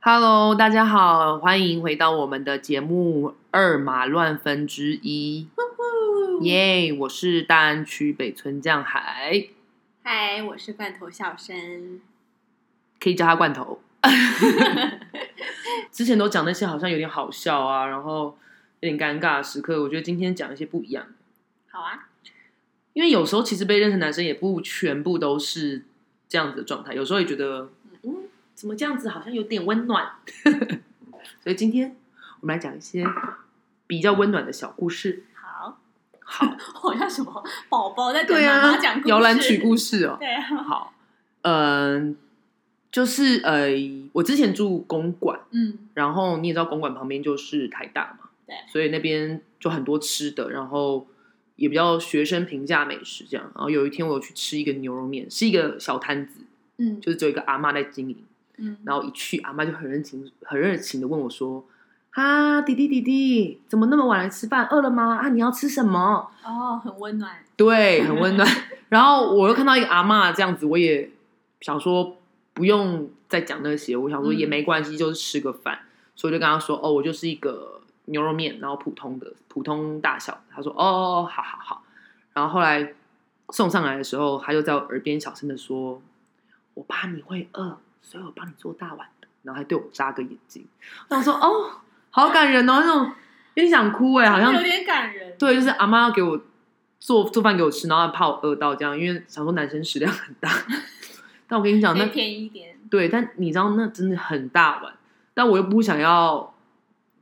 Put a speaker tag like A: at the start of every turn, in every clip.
A: Hello，大家好，欢迎回到我们的节目《二马乱分之一》。嗯耶、我是大安区北村酱海，
B: 嗨，我是罐头笑声。
A: 可以叫他罐 头。之前都讲那些好像有点好笑啊，然后有点尴尬的时刻，我觉得今天讲一些不一样的，
B: 好啊，
A: 因为有时候其实被认成男生也不全部都是这样子的状态，有时候也觉得，嗯，怎么这样子好像有点温暖， 所以今天我们来讲一些比较温暖的小故事。
B: 好，
A: 好，
B: 好 像什么宝宝在跟
A: 对
B: 妈妈
A: 啊
B: 讲故，事
A: 摇篮曲故事哦，
B: 对啊，
A: 好，嗯、就是呃，我之前住公馆。
B: 嗯，
A: 然后你也知道，公馆旁边就是台大嘛，
B: 对
A: 所以那边就很多吃的，然后也比较学生平价美食这样。然后有一天我有去吃一个牛肉面，是一个小摊子，
B: 嗯，
A: 就是只有一个阿妈在经营。
B: 嗯，
A: 然后一去，阿妈就很热情、很热情的问我说：“啊，弟弟弟弟，怎么那么晚来吃饭？饿了吗？啊，你要吃什么
B: 哦，很温暖，？”
A: 对，很温暖。然后我又看到一个阿妈这样子，我也想说不用再讲那些，我想说也没关系，就是吃个饭。所以我就跟他说：“哦，我就是一个牛肉面，然后普通的普通大小。”他说：“哦，好好好。”然后后来送上来的时候，他就在我耳边小声的说：“我怕你会饿，所以我帮你做大碗的。”然后还对我眨个眼睛。然后我说：“哦，好感人哦，那种有点想哭哎、好像
B: 有点感人。
A: 对，就是阿妈要给我做做饭给我吃，然后怕我饿到这样，因为想说男生食量很大。 但我跟你讲，
B: 可
A: 那
B: 以便宜一点，
A: 对，但你知道那真的很大碗，但我又不想要，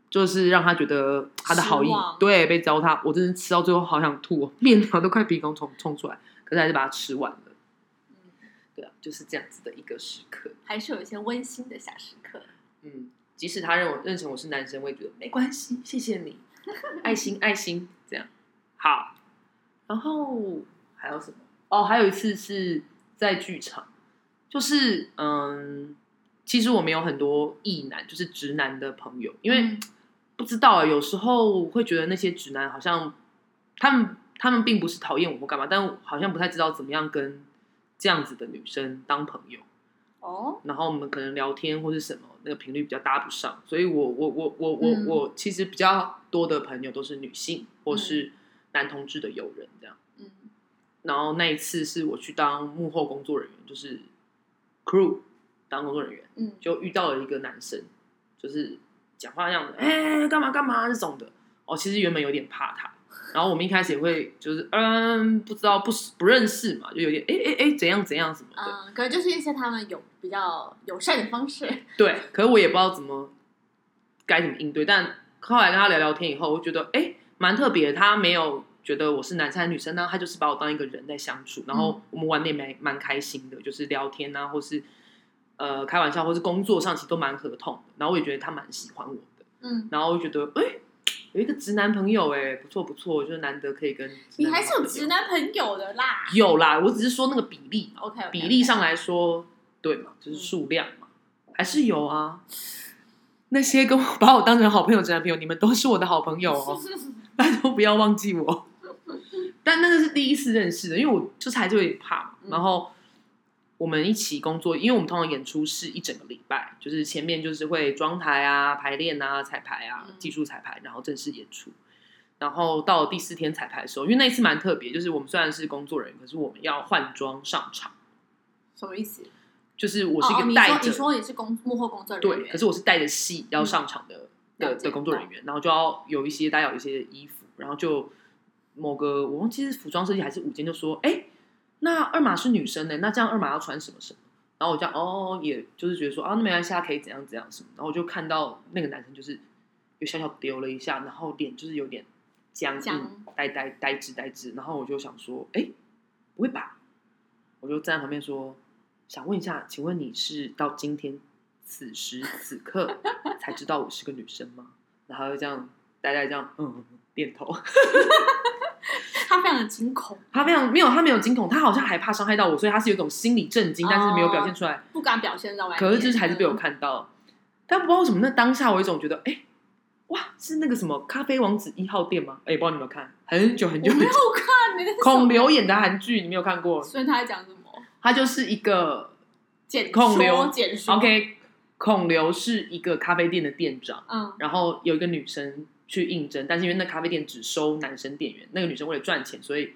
A: 就是让他觉得他的好意
B: 失望
A: 对被糟蹋，我真的吃到最后好想吐、哦，面条都快鼻孔冲冲出来，可是还是把它吃完了。
B: 嗯，
A: 对啊，就是这样子的一个时刻。
B: 还是有一些温馨的小时刻。
A: 嗯，即使他认我认成我是男生，我也觉得没关系，谢谢你，爱心爱心，这样好。然后还有什么？哦，还有一次是在剧场，就是嗯，其实我们有很多异男，就是直男的朋友，因为、
B: 嗯
A: 不知道、欸，有时候会觉得那些直男好像他们他们并不是讨厌我或干嘛，但我好像不太知道怎么样跟这样子的女生当朋友。
B: 哦，
A: 然后我们可能聊天或是什么，那个频率比较搭不上，所以我我我我我、
B: 嗯
A: 我其实比较多的朋友都是女性或是男同志的友人这样。
B: 嗯
A: 然后那一次是我去当幕后工作人员，就是 crew 当工作人员，
B: 嗯，
A: 就遇到了一个男生，就是讲话那样的，哎、干嘛干嘛这种的。哦，其实原本有点怕他，然后我们一开始也会就是嗯，不知道不不认识嘛，就有点哎哎哎怎样怎样什么的。
B: 嗯，可能就是一些他们有比较友善的 方式。
A: 对，可是我也不知道怎么该怎么应对。但后来跟他聊聊天以后，我觉得哎，蛮特别的。他没有觉得我是男生还是女生呢，他就是把我当一个人在相处。然
B: 嗯
A: 后我们玩的也蛮蛮开心的，就是聊天啊，或是呃开玩笑，或是工作上其实都蛮合同的。然后我也觉得他蛮喜欢我的，
B: 嗯，
A: 然后我就觉得哎。诶有一个直男朋友哎、不错不错，就是难得可以跟直
B: 你
A: 男
B: 还是
A: 当
B: 有
A: 朋友
B: 直男朋友的啦。
A: 有啦，我只是说那个比例嘛
B: OK，
A: 比例上来说，对
B: 嗯
A: 嘛，就是数量嘛，还是有啊。那些跟我把我当成好朋友、直男朋友，你们都是我的好朋友哦，拜托不要忘记我。但那个是第一次认识的，因为我就是还是有点怕嘛。
B: 嗯
A: 然后我们一起工作，因为我们通常演出是一整个礼拜，就是前面就是会装台啊、排练啊、彩排啊
B: 嗯、
A: 技术彩排，然后正式演出。然后到了第四天彩排的时候，因为那一次蛮特别，就是我们虽然是工作人员，可是我们要换装上场，
B: 什么意思？
A: 就是我是一
B: 哦哦
A: 个
B: 你
A: 带
B: 说
A: 着、
B: 你说你是工幕后工作人
A: 对，
B: 员，
A: 可是我是带着戏要上场的、
B: 嗯
A: 的
B: 了解
A: 的工作人员，然后就要有一些大家有一些衣服，然后就某个我忘记是服装设计还是舞间就说，哎，那二码是女生呢、那这样二码要穿什么什么？然后我这样哦，也就是觉得说啊，那没关系，她可以怎样怎样什么。然后我就看到那个男生就是有小小丢了一下，然后脸就是有点僵
B: 僵
A: 硬、呆呆呆滞呆滞。然后我就想说，哎，不会吧？我就站在旁边说，想问一下，请问你是到今天此时此刻才知道我是个女生吗？然后他就这样呆呆这样，嗯，嗯嗯点头。
B: 他非常的惊恐，
A: 他非常没有，他没有惊恐，他好像害怕伤害到我，所以他是有一种心理震惊，
B: 哦
A: 但是没有表现出来。
B: 不敢表现在外面，
A: 可是就是还是被我看到了，但不知道为什么那当下我有一种觉得，哎、哇，是那个什么咖啡王子一号店吗？哎、不知道你有没有看，很久很久
B: 嗯我
A: 很
B: 没有
A: 久，
B: 看，你那是什
A: 孔
B: 么
A: 刘演的韩剧，你没有看过？
B: 所以他在讲什么？
A: 他就是一个
B: 简
A: 孔
B: 说
A: 刘
B: 简说
A: OK 孔刘是一个咖啡店的店长，
B: 嗯
A: 然后有一个女生去应征，但是因为那咖啡店只收男生店员，那个女生为了赚钱，所以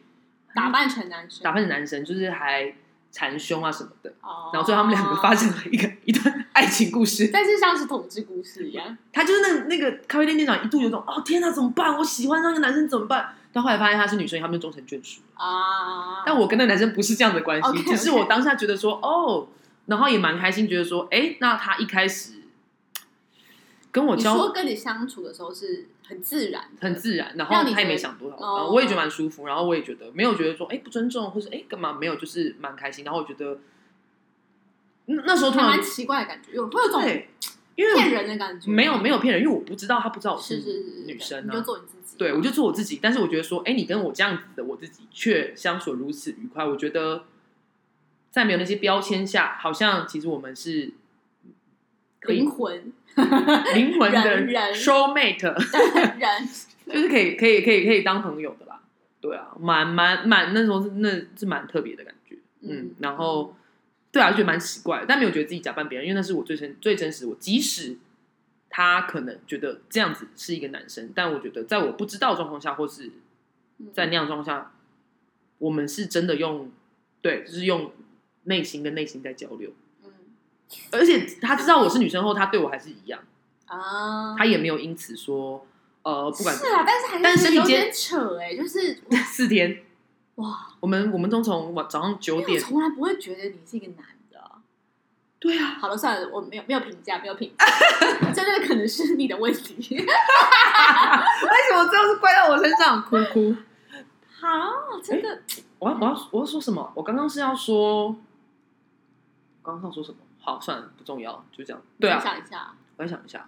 B: 打扮成男生，
A: 打扮成男生，就是还缠胸啊什么的。
B: 哦，
A: 然后最后他们两个发生了一个一段爱情故事。
B: 但是像是统治故事一样，
A: 他就是那那个咖啡店店长，一度有种哦天哪，怎么办？我喜欢上一个男生怎么办？但后来发现他是女生，他们就终成眷属。
B: 啊，
A: 但我跟那男生不是这样的关系
B: OK，OK
A: 只是我当下觉得说哦，然后也蛮开心，觉得说哎，那他一开始跟我
B: 你
A: 交
B: 说跟你相处的时候是很自然的，
A: 很自然，然
B: 让
A: 后
B: 你
A: 他也
B: 觉
A: 没
B: 得
A: 想多少，
B: 哦
A: 然后我也觉得蛮舒服，然后我也觉得没有觉得说哎不尊重或是哎干嘛没有，就是蛮开心。然后我觉得那那时候突
B: 还
A: 然
B: 蛮奇怪的感觉，有会有种
A: 对，因为
B: 骗人的感觉，
A: 没有没有骗人，因为我不知道他不知道我
B: 是是是
A: 女生啊
B: 你就做你自己，
A: 对，我就做我自己。但是我觉得说，哎，你跟我这样子的我自己却相处如此愉快，我觉得在没有那些标签下，好像其实我们是可以
B: 灵魂
A: 灵魂的
B: 人人
A: soul mate，
B: 对 人，
A: 就是可以可以可以可以当朋友的啦。对啊，蛮蛮蛮那时候是那是蛮特别的感觉，嗯，然后对啊，就觉得蛮奇怪的，但没有觉得自己假扮别人，因为那是我最真最真实的我。即使他可能觉得这样子是一个男生，但我觉得在我不知道的状况下，或是
B: 嗯
A: 在那样的状况下，我们是真的用对，就是用内心跟内心在交流。
B: 嗯
A: 而且他知道我是女生后，他对我还是一样，
B: 啊，
A: 他也没有因此说呃，不管
B: 是啊，但是还
A: 但
B: 是
A: 身体
B: 有
A: 接
B: 点扯哎，就是
A: 四天，
B: 哇，
A: 我们我们都从晚早上九
B: 因为我
A: 点，
B: 从来不会觉得你是一个男的。
A: 对啊，
B: 好了，算了，我没有没有评价，没有评价，这这可能是你的问题。
A: 为什么最后是怪到我身上？哭哭。
B: 好，真的，
A: 我要我要我要说什么？我刚刚是要说，刚刚要说什么？好，算了，不重要，就这样。对啊
B: 我，想一下，
A: 我再想一下。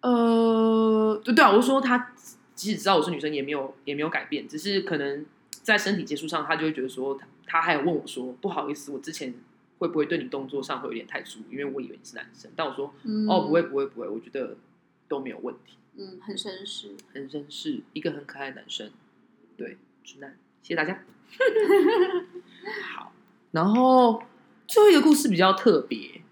A: 呃，对对啊，我是说他即使知道我是女生，也没有也没有改变，只是可能在身体接触上，他就会觉得说，他他还有问我说，不好意思，我之前会不会对你动作上会有点太粗，因为我以为你是男生，但我说、
B: 嗯，
A: 哦，不会，不会不会，我觉得都没有问题。
B: 嗯，很绅士。
A: 男生是一个很可爱的男生，对，直男。谢谢大家。好，然后最后一个故事比较特别，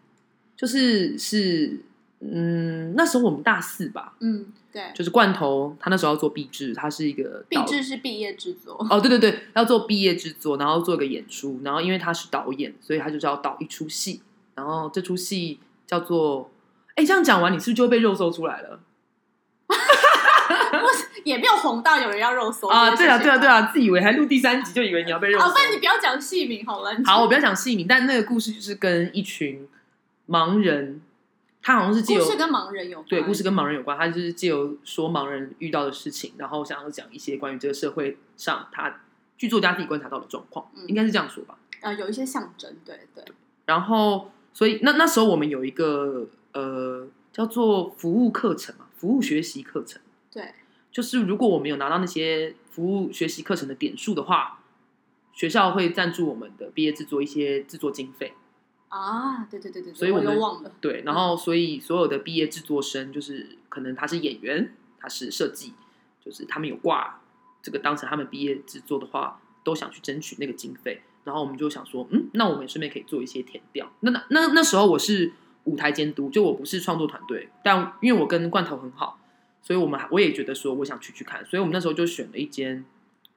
A: 就是是嗯，那时候我们大四吧，
B: 嗯，对，
A: 就是罐头，他那时候要做壁纸，他是一个
B: 毕
A: 导
B: 志是毕业制作，
A: 哦，对对对，要做毕业制作，然后做一个演出，然后因为他是导演，所以他就是要导一出戏，然后这出戏叫做，哎，这样讲完你是不是就会被肉搜出来了？
B: 也没有红到有人要肉搜
A: 啊，对
B: 了
A: 了，对了，
B: 了
A: 对
B: 了。
A: 了，自以为还录第三集就以为你要被肉搜。
B: 好，那你不要讲戏名好 了。你
A: 好，我不要讲戏名，但那个故事就是跟一群盲人，他好像是借
B: 故
A: 由
B: 事跟盲人有关，
A: 对故事跟盲人有关，他就是借由说盲人遇到的事情，然后想要讲一些关于这个社会上他剧作家自己观察到的状况，
B: 嗯
A: 应该是这样说吧。
B: 呃有一些象征，对对，
A: 然后，所以那那时候我们有一个呃叫做服务课程嘛，服务学习课程。
B: 对，
A: 就是如果我们有拿到那些服务学习课程的点数的话，学校会赞助我们的毕业制作一些制作经费。
B: 啊，对对对对，对
A: 所以我
B: 我
A: 们
B: 又忘了，
A: 对，然后所以所有的毕业制作生，就是可能他是演员，他是设计，就是他们有挂这个当成他们毕业制作的话，都想去争取那个经费。然后我们就想说，嗯，那我们顺便可以做一些填调。那那那那时候我是舞台监督，就我不是创作团队，但因为我跟罐头很好，所以我们还我也觉得说我想去去看，所以我们那时候就选了一间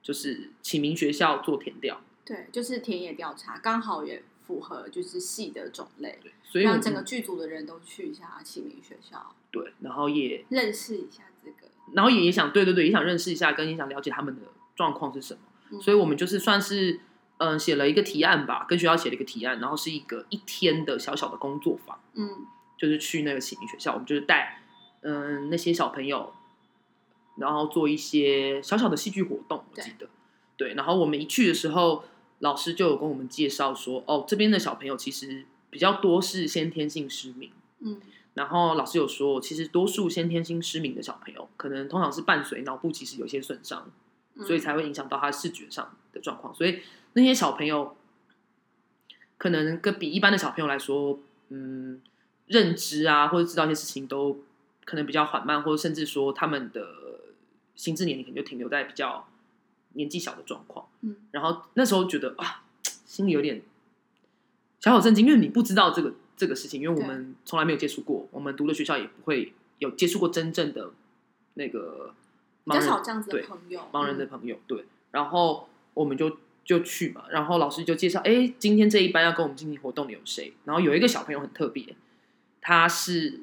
A: 就是启明学校做填调，
B: 对，就是田野调查，刚好也符合就是戏的种类，
A: 所以我
B: 让
A: 们
B: 整个剧组的人都去一下启明学校，
A: 对，然后也
B: 认识一下这个。
A: 然后也也想对对对，也想认识一下，跟也想了解他们的状况是什么。
B: 嗯
A: 所以我们就是算是嗯写了一个提案吧，跟学校写了一个提案，然后是一个一天的小小的工作坊，
B: 嗯
A: 就是去那个启明学校，我们就是带嗯那些小朋友，然后做一些小小的戏剧活动，我记得对。然后我们一去的时候，老师就有跟我们介绍说，哦，这边的小朋友其实比较多是先天性失明。
B: 嗯
A: 然后老师有说，其实多数先天性失明的小朋友，可能通常是伴随脑部其实有些损伤，
B: 嗯，
A: 所以才会影响到他视觉上的状况。所以那些小朋友，可能跟比一般的小朋友来说，嗯，认知啊或者知道一些事情都可能比较缓慢，或者甚至说他们的心智年龄可能就停留在比较年纪小的状况。
B: 嗯
A: 然后那时候觉得啊，心里有点小小震惊，因为你不知道这个这个事情，因为我
B: 对
A: 们从来没有接触过，我们读的学校也不会有接触过真正的那个
B: 比
A: 盲
B: 较
A: 人
B: 少这样子
A: 对
B: 的朋友，
A: 盲人的朋友，对，然后我们就就去嘛，然后老师就介绍，哎，今天这一班要跟我们进行活动的有谁？然后有一个小朋友很特别，他是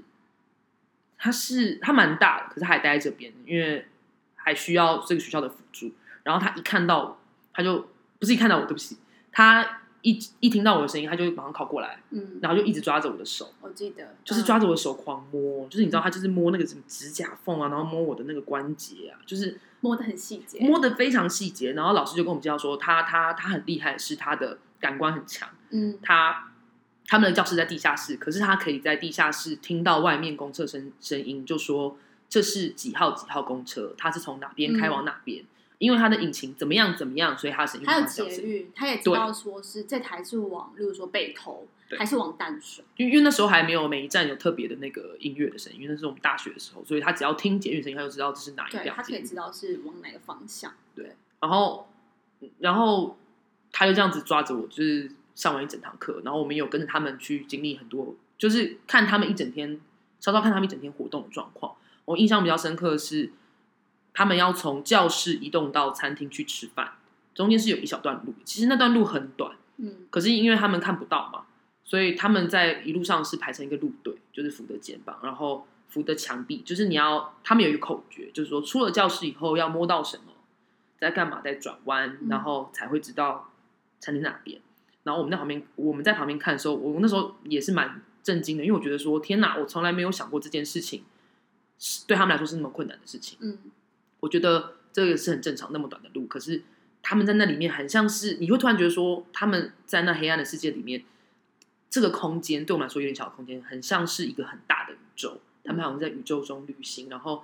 A: 他是他蛮大的，可是他还待在这边，因为还需要这个学校的辅助。然后他一看到我，他就不是一看到我，对不起，他一一听到我的声音，他就马上靠过来，
B: 嗯，嗯，
A: 然后就一直抓着我的手。
B: 我记得嗯
A: 就是抓着我的手狂摸，就是你知道他就是摸那个什么指甲缝啊，然后摸我的那个关节啊，就是
B: 嗯摸的很细节，
A: 摸得非常细节，然后老师就跟我们介绍说，他他他很厉害，是他的感官很强。
B: 嗯，
A: 他他们的教室在地下室，可是他可以在地下室听到外面公车声声音，就说这是几号几号公车，他是从哪边
B: 嗯
A: 开往哪边，因为他的引擎怎么样怎么样，所以他的声音
B: 还有
A: 很小
B: 捷
A: 声。
B: 运，他也知道说是这台是往，例如说北投
A: 对
B: 还是往淡水，
A: 因为因为那时候还没有每一站有特别的那个音乐的声音，因为那是我们大学的时候，所以他只要听捷运声音，他就知道这是哪一
B: 对
A: 辆
B: 他可
A: 捷
B: 以
A: 运。
B: 知道是往哪个方向，
A: 然后，然后他就这样子抓着我，就是上完一整堂课，然后我们有跟着他们去经历很多，就是看他们一整天，稍稍看他们一整天活动的状况。我印象比较深刻的是，他们要从教室移动到餐厅去吃饭，中间是有一小段路，其实那段路很短，
B: 嗯，
A: 可是因为他们看不到嘛，所以他们在一路上是排成一个路队，就是扶着肩膀，然后扶着墙壁，就是你要他们有一个口诀，就是说出了教室以后要摸到什么，在干嘛，在转弯，
B: 嗯
A: 然后才会知道餐厅哪边。然后我们在旁边，我们在旁边看的时候，我那时候也是蛮震惊的，因为我觉得说天哪，我从来没有想过这件事情是对他们来说是那么困难的事情。
B: 嗯，
A: 我觉得这个是很正常，那么短的路，可是他们在那里面很像是，你会突然觉得说，他们在那黑暗的世界里面，这个空间对我们来说有点小的空间，很像是一个很大的宇宙，他们好像在宇宙中旅行，然后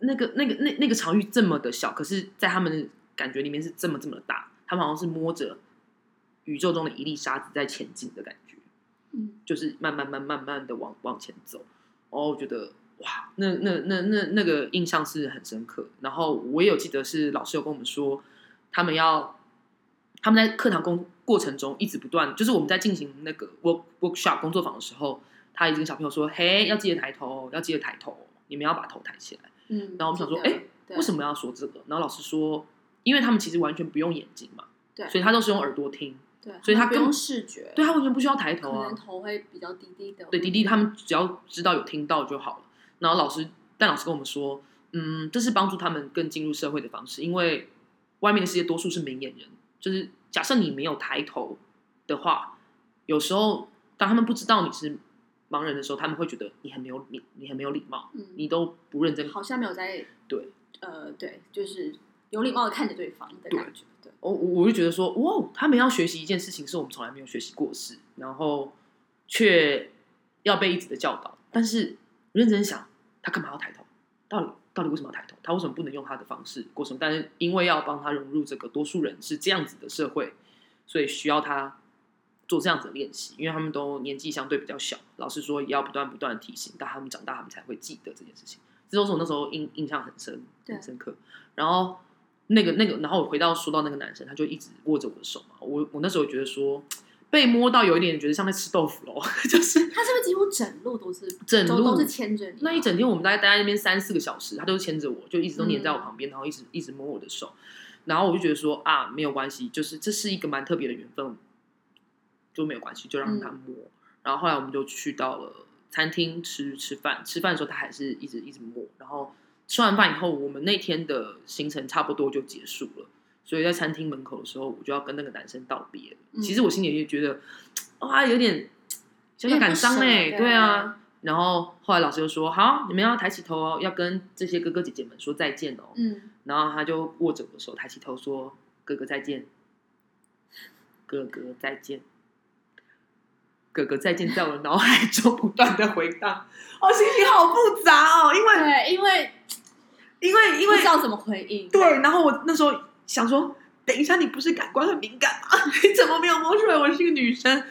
A: 那个那个那那个场域这么的小，可是在他们的感觉里面是这么这么的大，他们好像是摸着宇宙中的一粒沙子在前进的感觉。
B: 嗯，
A: 就是慢慢慢慢慢的往往前走。哦，我觉得哇，那那那那那个印象是很深刻。然后我也有记得是老师有跟我们说，他们要他们在课堂工过程中一直不断，就是我们在进行那个 work workshop 工作坊的时候，他已经跟小朋友说，嘿，要记得抬头，要记得抬头，你们要把头抬起来。
B: 嗯，
A: 然后我们想说
B: 记得
A: 诶，
B: 对
A: 为什？么要说这个？然后老师说，因为他们其实完全不用眼睛嘛，
B: 对
A: 所以他都是用耳朵听，
B: 对，
A: 所以他
B: 们不
A: 根
B: 用视觉，
A: 对他完全不需要抬
B: 可
A: 头啊，
B: 能头会比较低低的，
A: 对，迪迪他们只要知道有听到就好了。然后老师，但老师跟我们说，嗯，这是帮助他们更进入社会的方式，因为外面的世界多数是明眼人，就是假设你没有抬头的话，有时候当他们不知道你是盲人的时候，他们会觉得你很没有你你很没有礼貌，
B: 嗯，
A: 你都不认真。
B: 好像没有在
A: 对，
B: 呃，对，就是有礼貌的看着对方的感觉，对，
A: 我我我就觉得说，哇，哦他们要学习一件事情是我们从来没有学习过的事，然后却要被一直的教导。但是认真想，他干嘛要抬头？到底到底为什么要抬头？他为什么不能用他的方式过生活？但是因为要帮他融入这个多数人是这样子的社会，所以需要他做这样子的练习。因为他们都年纪相对比较小，老师说也要不断不断的提醒，到他们长大他们才会记得这件事情。这都是我那时候印印象很深
B: 对
A: 很深刻。然后那个那个，然后我回到说到那个男生，他就一直握着我的手嘛。我我那时候觉得说。被摸到有一点觉得像在吃豆腐喽， 就是
B: 他是不是几乎整路都是
A: 整
B: 都
A: 路
B: 都是牵着你啊？
A: 那一整天我们大概待在那边三四个小时，他都牵着我，就一直都黏在我旁
B: 嗯
A: 边，然后一直一直摸我的手，然后我就觉得说啊，没有关系，就是这是一个蛮特别的缘分，就没有关系，就让他
B: 嗯
A: 摸。然后后来我们就去到了餐厅吃吃饭，吃饭的时候他还是一直一直摸，然后吃完饭以后，我们那天的行程差不多就结束了。所以在餐厅门口的时候，我就要跟那个男生道别了。
B: 嗯
A: 其实我心里也觉得，啊，有点小小感伤
B: 有
A: 哎、
B: 点不舍
A: 对啊。然后后来老师就说：“好，你们要抬起头哦，要跟这些哥哥姐姐们说再见哦。
B: 嗯，
A: 然后他就握着我的手，抬起头说：“哥哥再见，哥哥再见，哥哥再见。”在我的脑海中不断的回荡，哦，心情好复杂哦，因为
B: 对，因为
A: 因为因
B: 不
A: 为
B: 知道怎么回应，啊
A: 对，然后我那时候想说，等一下，你不是感官很敏感吗？ 你怎么没有摸出来我是一个女生？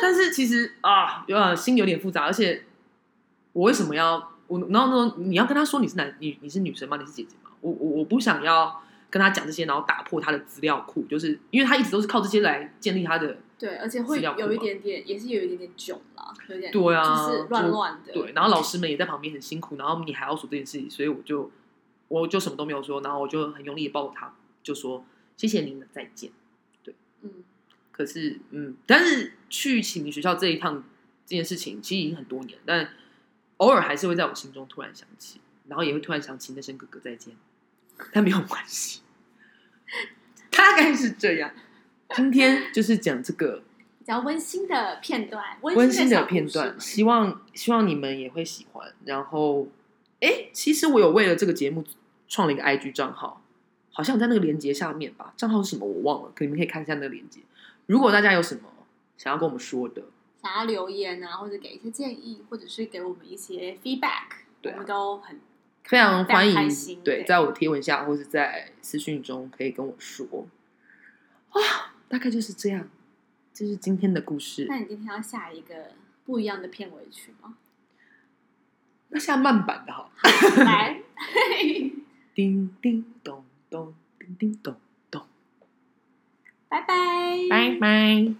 A: 但是其实啊，有点心有点复杂，而且我为什么要我？然后那时候你要跟他说你是男，你你是女生吗？你是姐姐吗？我我我不想要跟他讲这些，然后打破他的资料库，就是因为他一直都是靠这些来建立他的
B: 对，而且会
A: 资料库
B: 有一
A: 吗
B: 点点，也是有一点点囧啦，有点
A: 对啊
B: 就是乱乱的。
A: 对，然后老师们也在旁边很辛苦，然后你还要说这件事情，所以我就我就什么都没有说，然后我就很用力地抱着他，就说谢谢您，再见。
B: 嗯，
A: 可是，嗯，但是去启明学校这一趟这件事情，其实已经很多年，但偶尔还是会在我心中突然想起，然后也会突然想起那声“哥哥再见”，但没有关系，大概是这样。今天就是讲这个
B: 比较温馨的片段，
A: 温馨
B: 馨
A: 的
B: 的
A: 片段，希望希望你们也会喜欢。然后，哎，其实我有为了这个节目创了一个 IG 账号，好像在那个链接下面吧，账号是什么我忘了，可你们可以看一下那个链接。如果大家有什么想要跟我们说的，
B: 想要留言啊，或者给一些建议，或者是给我们一些 feedback，
A: 对啊
B: 我们都很
A: 非常欢
B: 非常
A: 迎
B: 开心
A: 对，
B: 对
A: 在我贴文下或是在私讯中可以跟我说。啊，大概就是这样，这是今天的故事。
B: 那你今天要下一个不一样的片尾曲吗？
A: 那下慢版的哈，
B: 来，
A: 叮叮咚咚，叮叮咚，
B: 拜拜，
A: 拜拜。